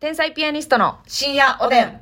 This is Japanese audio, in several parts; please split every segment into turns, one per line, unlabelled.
天才ピアニストの
深夜おでん。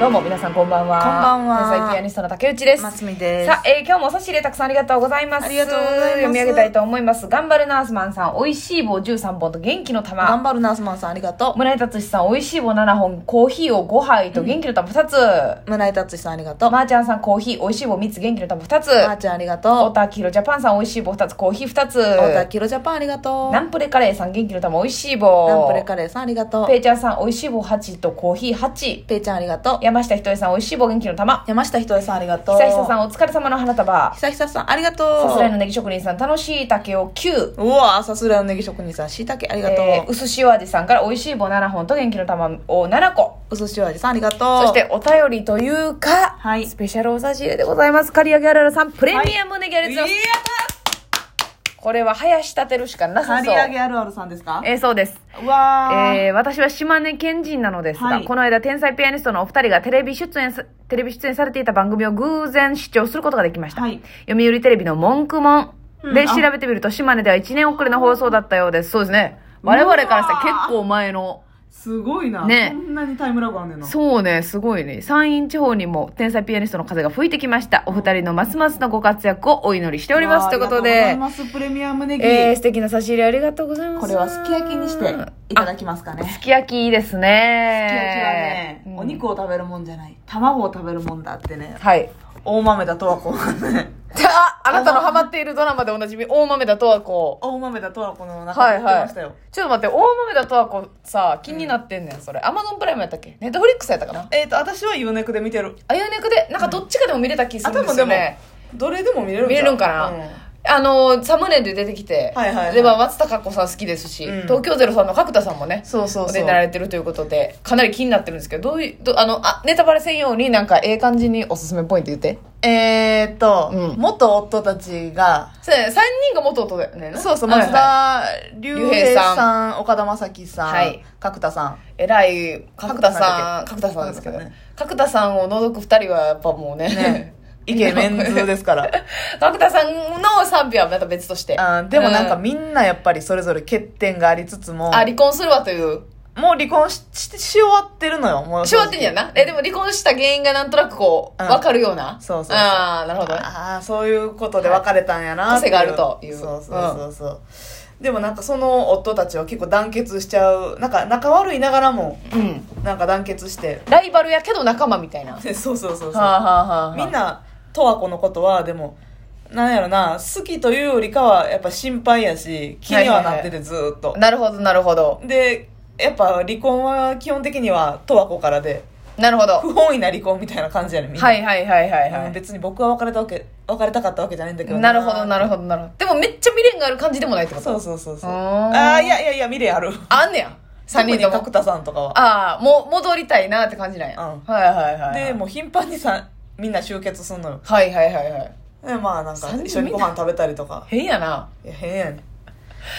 どうも皆さんこんばんは
こんばんは
天才ピアニストの竹内です
ますみです。
さあ、えー今日もお差し入れたくさんありがとうございます。
ありがとうございます
読み上げたいと思います。頑張るナースマンさん、美味しい棒13本と元気の玉。
頑張るナースマンさんありがと
村井達志さん、美味しい棒7本、コーヒーを5杯と元気の玉2つ。
う。村井達志さんありがとう。
ま
ま
ーちゃんさん、コーヒー、美味しい棒3つ、元気の玉2つ。
ーちゃんありが
太
と
田キロジャパンさん、美味しい棒2つ、コーヒー2つ。
う。太田キロジャパンありがとう。
ナンプレカレーさん、元気の玉、美味しい棒。
ナンプレカレーさんありがとう。
ペイちゃんさん、美味しい棒8とコーヒー8。
ペイちゃんありがとう。
山下ひとえさん、美味しい棒、元気の玉。
山下ひとえさんありがとう。
久々さん、お疲れ様の花束。
久々さんありがとう。
さすらいのネギ職人さん、楽しい竹を9。
うわさすらいのネギ職人さん、しいたけありがとう。
えー、うすしお味さんから美味しい棒7本と元気の玉を7個
うすしお味さんありがと
そ
う。
してお便りというか、
はい
スペシャルお差し入れでございます刈り上げあららさんプレミアムネギありがとうございます、これは林立てるしかなさ
刈り
そう
上げあるあるさんですか
えーそうです
うわー。
えー私は島根県人なのですが、
はい
この間天才ピアニストのお二人がテレビ出演さテレビ出演されていた番組を偶然視聴することができました、
はい
読売テレビの「文句もん」
う
で
ん
調
あ
べてみると島根では1年遅れの放送だったようですそうですね我々からしたら
うわー
結構前の
すごいな。
ね
こんなにタイムラグあんねんな。
そうねすごいね山陰地方にも天才ピアニストの風が吹いてきましたお二人のますますのご活躍をお祈りしておりますということ
わーあり
で
がとうございます。プレミアムネギ。
えー、素敵な差し入れありがとうございます
これはすき焼きにしていただきますかね。
すき焼きいいです
すき焼きはね
ね、
お肉を食べるもんじゃない。卵を食べるもんだってね。
はい
大豆だとわこのね。
ああなたのハマっているドラマでおなじみ大豆田十和子
大豆だとわこの中
は
で
い
言って
は
ま
い
したよ。
ちょっと待って大豆田十和子さ気になってんねんそれアマゾンプライムやったっけネットフリックスやったかな
えっ、と、私は U ネクで見てる。
あゆねくでなんかどっちかでも見れた気す
あ、
るん
多
です
分で
よ
も
ね、
どれでも見れる
見れ
ちゃう
るんかな、
うん
あのサムネで出てきて、
はいはいはい
でまあ松たか子さん好きですし、
うん
東京ゼロさんの角田さんもね
そうそう
お
そ
出
う
に。なられてるということでかなり気になってるんですけどどういうどあのあネタバレせんようになんかええ感じにおすすめポイント言って
えっ、と、
うん
元夫たちが、
そうやね3人が元々だよね
そうそう、
はいは
松
い
田龍
竜
平
兵さ
さ
ん
ん、岡田将生さん、
はい
角田さん。
えらい角田さん角
角
田
田
さ
さ
ん
ん
ですけど
角田さんね
角田さんを除く2人はやっぱもうね
ねイ
ケ
ケ
メ
メ
ン
ン
通
通
で
ですす から。
角田さんの賛否はまた別として
あーでもなんか
う
みんなやっぱりそれぞれ欠点がありつつも、
あ離婚するわという
もう離婚ししし終わってるのよ。もう
しまってんやなえでも離婚した原因がなんとなくこう
うん
分かるような
そうそうそう
ああなるほどね
ああ、そういうことで別れたんやなってい
はい
う
個性があるという
そうそうそうそう。でもなんかその夫たちは結構団結しちゃう。なんか仲悪いながらも、
うん
なんか団結して。
ライバルやけど仲間みたいなは
で そうそうそう
あ
そう。
はあはあはあ
みんな、十和子のことはでも、なんやろな、好きというよりかはやっぱ心配やし、気にはなっててずーっと。
なるほどなるほど
で、やっぱ離婚は基本的には十和子からで、
なるほど
不本意な離婚みたいな感じやねみんな。
はいはいはいはいは
うん
い
別に僕は別れたわけ別れたかったわけじゃないんだけど
なるほどなる
ど
ほどなるほどでもめっちゃ未練がある感じでもないってこと
そうそうそうそう
うーん
ああいやいやいや未練あ る
あんねや3人とも
特に角田さんとかは
ああ、もう戻りたいなって感じなんや。
うん
はいはいはいはい。
でもう頻繁にさみんな集結すんのよ
はいはいはいはい。
でまあなんか
三人
一緒にご飯食べたりとか
変やな。
いや変やん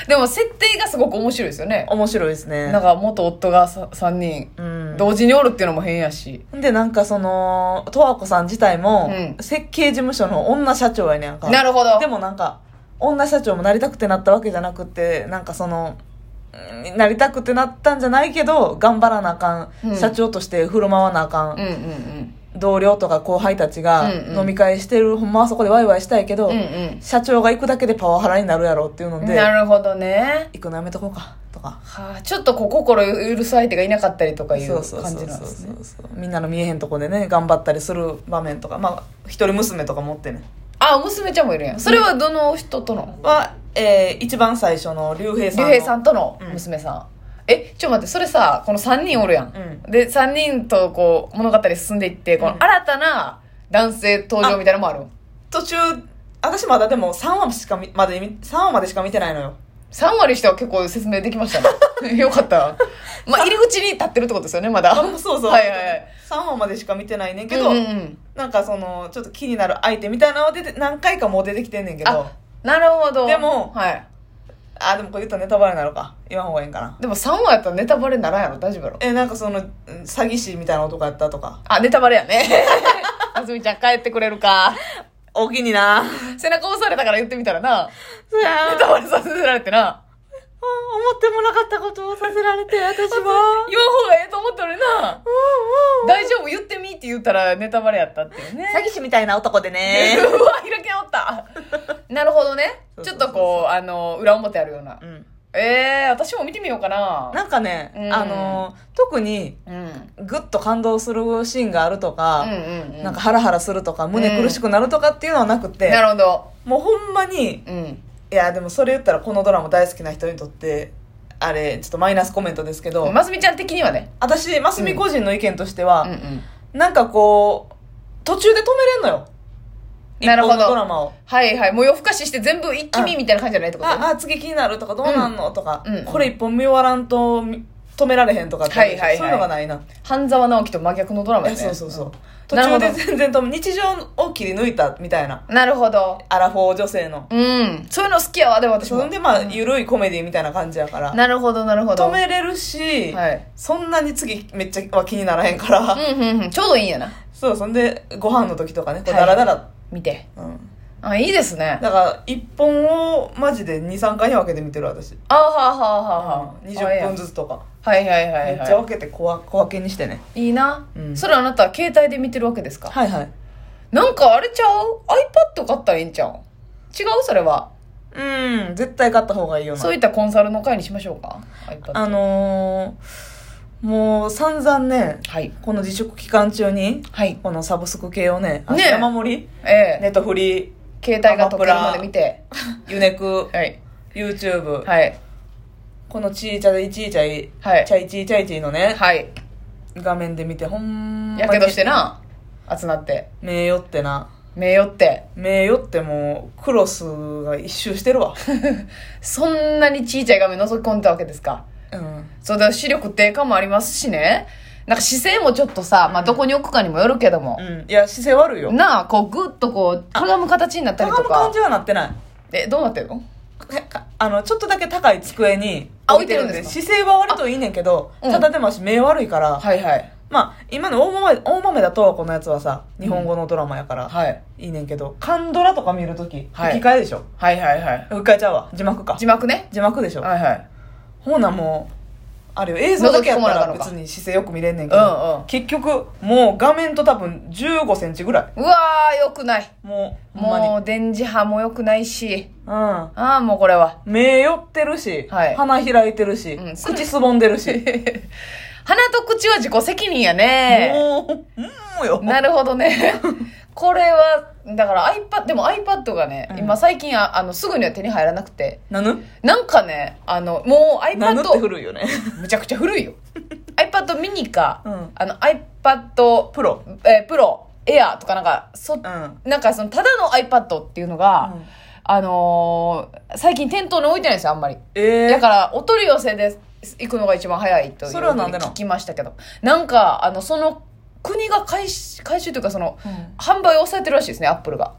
でも設定がすごく面白いですよね。
面白いですね
なんか元夫が3人、
うん
同時におるっていうのも変やし。
でなんかその十和子さん自体も、
うん
設計事務所の女社長やねんか
なるほど。
でもなんか女社長もなりたくてなったわけじゃなくてなんかそのうんなりたくてなったんじゃないけど頑張らなあかん、
うん
社長として振る舞わなあかん、
うんうんうん。
同僚とか後輩たちが
うんうん
飲み会してるほんまはそこでワイワイしたいけど、
うんう
社長が行くだけでパワハラになるやろっていうの
ん。
で
なるほどね。
行くのやめとこうかとか
はあ、ちょっとこう心許す相手がいなかったりとかいう
そ
感
うそうそう
じ
そ
なん
う
ですね。
そうみんなの見えへんとこでね頑張ったりする場面とかまあ一人娘とか持ってね
あ、娘ちゃんもいるやん。それはどの人との
は、えー一番最初の竜兵さん
竜
の
兵さんとの娘さん、えちょっと待ってそれさこの3人おるやん、で3人とこう物語進んでいってこの新たな男性登場みたいなのもある
途中私まだでも3話しかみまで見3話までしか見てないのよ
3割しては結構説明できました ねよかったまあ入り口に立ってるってことですよねまだ
あそうそう、
はいはいはい
3話までしか見てないねんけど、
うんうんうん
なんかそのちょっと気になる相手みたいなのは出て何回かもう出てきてんねんけど
あ
あ
なるほど
でも
はい
でもこれ言ったらネタバレなのか言わん方がいいんかな
でも3話やったらネタバレならんやろ大丈夫やろ
えなんかそのうん詐欺師みたいな男やったとか
あネタバレやね あすみちゃん帰ってくれるか
お気にな
背中押されたから言ってみたらな
そうや
ネタバレさせられてな
ってもなかったことをさせられて、私は。
言わん方がええと思ったのにな
うんうん
大丈夫言ってみって言ったらネタバレやったっていうね
詐欺師みたいな男で ね。
うわ開き直 ったなるほどね
そう
ち
そ
ょっ
うそうそう
とこうあの裏表あるような
うん。
えー、私も見てみようかな
なんかね、
うん
あの、特に、
うん、うん
ぐっと感動するシーンがあるとか、
うんうん
なんかハラハラするとか、胸苦しくなるとかっていうのはなくて、
なるほど
もうほんまに、
うん
いや、でもそれ言ったらこのドラマ大好きな人にとって、あれ、ちょっとマイナスコメントですけど、
ますみちゃん的にはね
私、マスミ個人の意見としては
う、んうん
なんかこう、途中で止めれんのよ。
なるほど
一本のドラマを。
はいはいもう夜更かしして全部一気見みたいな感じじゃないってことね
あ、あ、次気になるとか、どうなんの、とか、
うん
これ一本見終わらんとみ止められへんとかって、
はいはいはい
そういうのがないな。
半沢直樹と真逆のドラマ
い
で
や
す
そ
ね
うそうそう。途
なる
中
ほど
で全然止め、日常を切り抜いたみたいな。
なるほど
アラフォー女性の。
うんそういうの好きやわでも私
そ
も
んで、まあ、ゆるいコメディみたいな感じやから。
なるほどなるほど
止めれるし、
はい
そんなに次めっちゃは気にならへんから。
うんうんうんちょうどいいんやな
そう、そんで、ご飯の時とかね、こう
はい
ダラダラ。
見て
うん。
あいいですね
だから、一本をマジで2、3回に分けて見てる私。
あーはあはあはあはあ
20分ずつとか、
はいはいはい
めっちゃ
は
分けて小分小分けにしてね
いいいな、
うん
それあなたは携帯で見てるわけですか
はいはい
なんかあれちゃう iPad 買ったらええんちゃう違うそれは
うん絶対買った方がいいよな
そういったコンサルの会にしましょうか iPad
あのー、もう散々ね
はい
この自粛期間中に
はい
このサブスク系をねあ
ね
山盛り
ええ
ネットフリ
携帯が解けるまで見て
ユネク
はい
YouTube
はい
このちいちゃいちいちゃい
はい
ちゃいちいちゃいちいのね
はい
画面で見てほんまに
やけどしてな集なって
名誉ってな
目寄って
名誉ってもうクロスが一周してるわ
そんなにちいちゃい画面覗き込んでたわけですか
うん
そうだ視力低下もありますしねなんか姿勢もちょっとさ、まあ、どこに置くかにもよるけども、
うんいや姿勢悪いよ
なあこうグッとこうかがむ形になったり
高
と
の感
か
じはなってない
えどうなってるの
かあのちょっとだけ高い机に
あ置いてるんですか
姿勢は割といいねんけど、
あうん
ただでもし目悪いから、
はいはい
まあ今の大豆大豆だとこのやつはさ日本語のドラマやから、
はい
いいねんけどカンドラとか見るとき
はい
吹き替えでしょ、
はいはいはい
吹き替えちゃうわ字幕か
字幕ね
字幕でしょ、
はいはい
ほなもうあれよ映像だけやった
覗き込まれた
ら
のか
別に姿勢よく見れんねんけ
う
ど、
んうん
結局もう画面と多分1 5センチぐらいう
わーよくない
もうほんまに
もう電磁波もよくないし
うん
ああもうこれは
目寄ってるし、
はい
鼻開いてるし、
うんそれ
口すぼん でるし
鼻と口は自己責任やね
もう、うんよ。
なるほど ねこれはだから iPad でも iPad がね、
うん
今最近ああのすぐには手に入らなくて
なぬ
なんかねあのもう
なぬって
iPad
古いよね。
むちゃくちゃ古いよ iPad ミニか、
うん
あの iPad
プロ。
えープロ、エアーとかなんか、そ、
うん。
なんかその、ただの iPad っていうのが、
うん
あのー最近店頭に置いてないんですよ、あんまり。
ええ
だから、お取り寄せで行くのが一番早いという
それはなんでなん
聞きましたけど。なんか、あの、その、国が回収、回収というかその、販売を抑えてるらしいですね、アップルが。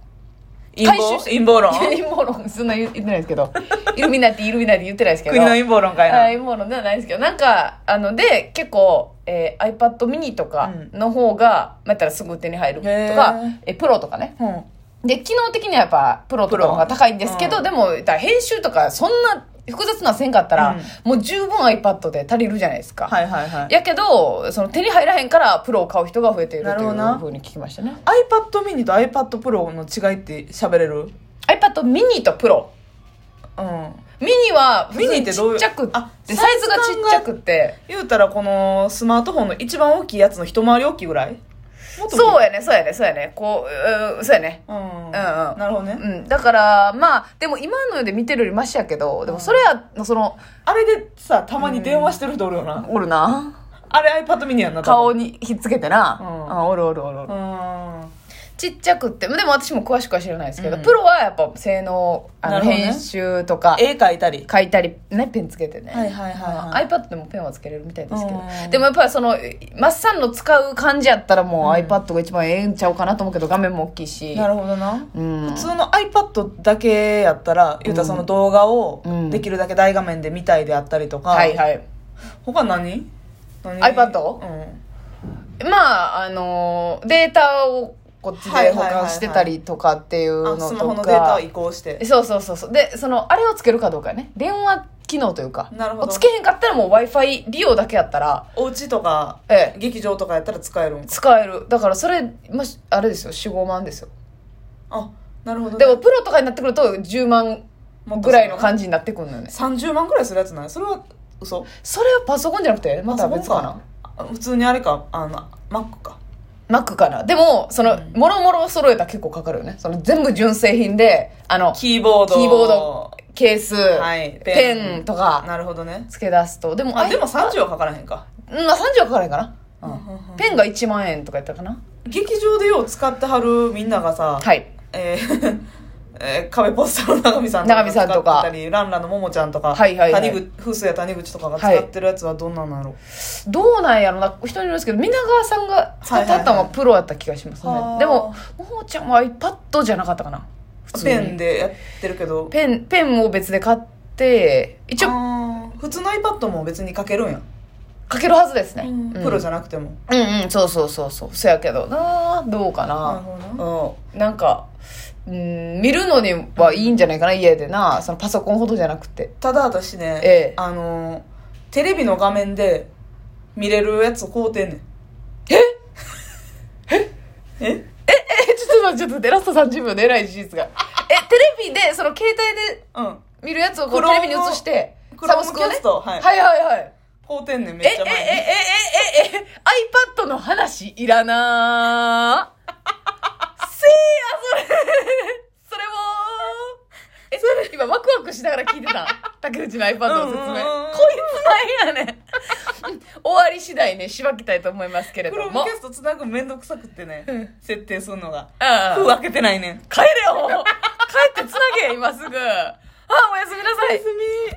陰
回収
謀
し
陰謀論
陰謀論、そんな言ってないですけど。イルミナティ、イルミナティ言ってない ですけど。
国の陰謀論かいな。
はい、ものではないですけど、なんか、あの、で、結構、えー iPad mini とかの方が、まあ、やったらすぐ手に入るとか
へー、
え、プロとかね。
うん
で、機能的にはやっぱ、プロとかの方が高いんですけど、
うん
でも、言ったら編集とか、そんな複雑なせんかったら、もう十分 iPad で足りるじゃないですか。
はいはいはい。
やけど、その手に入らへんから、プロを買う人が増えていると
ないるほ
う
どな
ふうに聞きましたね。
iPad mini と iPad Pro の違いって喋れる
iPad mini とプロ。
うん。
ミニは、
ミニってどういう
ちっちゃく
あ
って、サイズがちっちゃくて、
言うたらこのスマートフォンの一番大きいやつの一回り大きいぐらいもっと大きい
そうやね、そうやね、そうやね。こう、うんそうやね。
うん。うん
ん
なるほどね。
うん、だからまあでも今の世で見てるよりマシやけどでもそれやその
あれでさ、たまに電話してる人おるよな。
おるな
あれ iPad mini やんな。多分
顔にひっつけてな、
うん
あおるおるおるおる、
うん。
ちっちゃくってでも私も詳しくは知らないですけど、
うん
プロはやっぱ性能あ
な
の、
るほどね
編集とか
絵描いたり。
書いたりねペンつけてね、
はいはいはいはい
うん iPad でもペンはつけれるみたいですけど、
うん
でもやっぱりそのマッサンの使う感じやったらもう iPad が一番ええんちゃうかなと思うけど画面も大きいし
なるほどな。
うん、
普通の iPad だけやったら、言うたらその動画を
うん
できるだけ大画面で見たいであったりとか、
はいはい
他何何
iPad？まあ、あのーデータをこっち
はい
で
はい
保
はいはい
管してたりとかっていう
うん、
の
あ
とか、
スマホのデータを移行して
そうそうそうそうでそのあれをつけるかどうかやね電話機能というか
なるほど
つけへんかったらもう w i f i 利用だけやったら
お家とか、
ええ
劇場とかやったら使えるんか
使えるだからそれ、まあ、あれですよ45万ですよ
あなるほど、ね、
でもプロとかになってくると10万
もっと
ぐらいの
じ
感じになってくるのよね
30万ぐらいするやつないそれは嘘
それはパソコンじゃなくてまた
パ
別
ソコン
かな
あ普通にあれかあの Mac か
Mac かなでもその
うん
もろもろ揃えたら結構かかるよねその全部純正品であの
キーボード
キーボードケース、
はい
ペンとか
なるほどね
付け出すとでも
あでも
30
30はかからへんか
まあ30はかからへんかな、うん
うんうん
ペンが1万円とかやったかな
劇場でよう使ってはるみんながさ、
はい
えー えー壁ポスターの永見さん
永見さんとか
使ってたりランランのももちゃんとか、
はいはいはい
谷口風水や谷口とかが使ってるやつはどんなんなんやろ
どうなんやろな人によるんですけど皆川さんが使ってはったの
はいはい
はプロやった気がしますね、
はあ
でもももちゃんは iPad じゃなかったかな普通に
ペンでやってるけど
ペンペンを別で買って一応
あー普通の iPad も別に書けるんや、
かけるはずですね、うん
プロじゃなくても
うんうんそうそうそうそうそやけどなどうか
なる
な、
ほどな
うん、なんかうん見るのにはいいんじゃないかな家でなそのパソコンほどじゃなくて
ただ私ね、
ええ
あのーテレビの画面で見れるやつ買うてんねんええ
えちょっと待ってちょっとテラスト30秒で偉い事実がえテレビでその携帯で
うん
見るやつをこうテ
クローム
レビに映して
クロームキャスト
はい、
は
はいはいはい
買うてんねんめ
ええ
っ
え
ちゃ
え
前に
ええええ iPad の話いらなーせーやそれそれもーえそれ今ワクワクしながら聞いてた竹内の iPad の説
うんうんうん
明こいつなんやねん終わり次第ねしばきたいと思いますけれ
ク
ど
ローム
も
キャストつなぐのめんどくさくって
う
ね
ん
設定するのが
うん
封開けてないねん
帰れよもう帰ってつなげ今すぐあおやすみなさい
み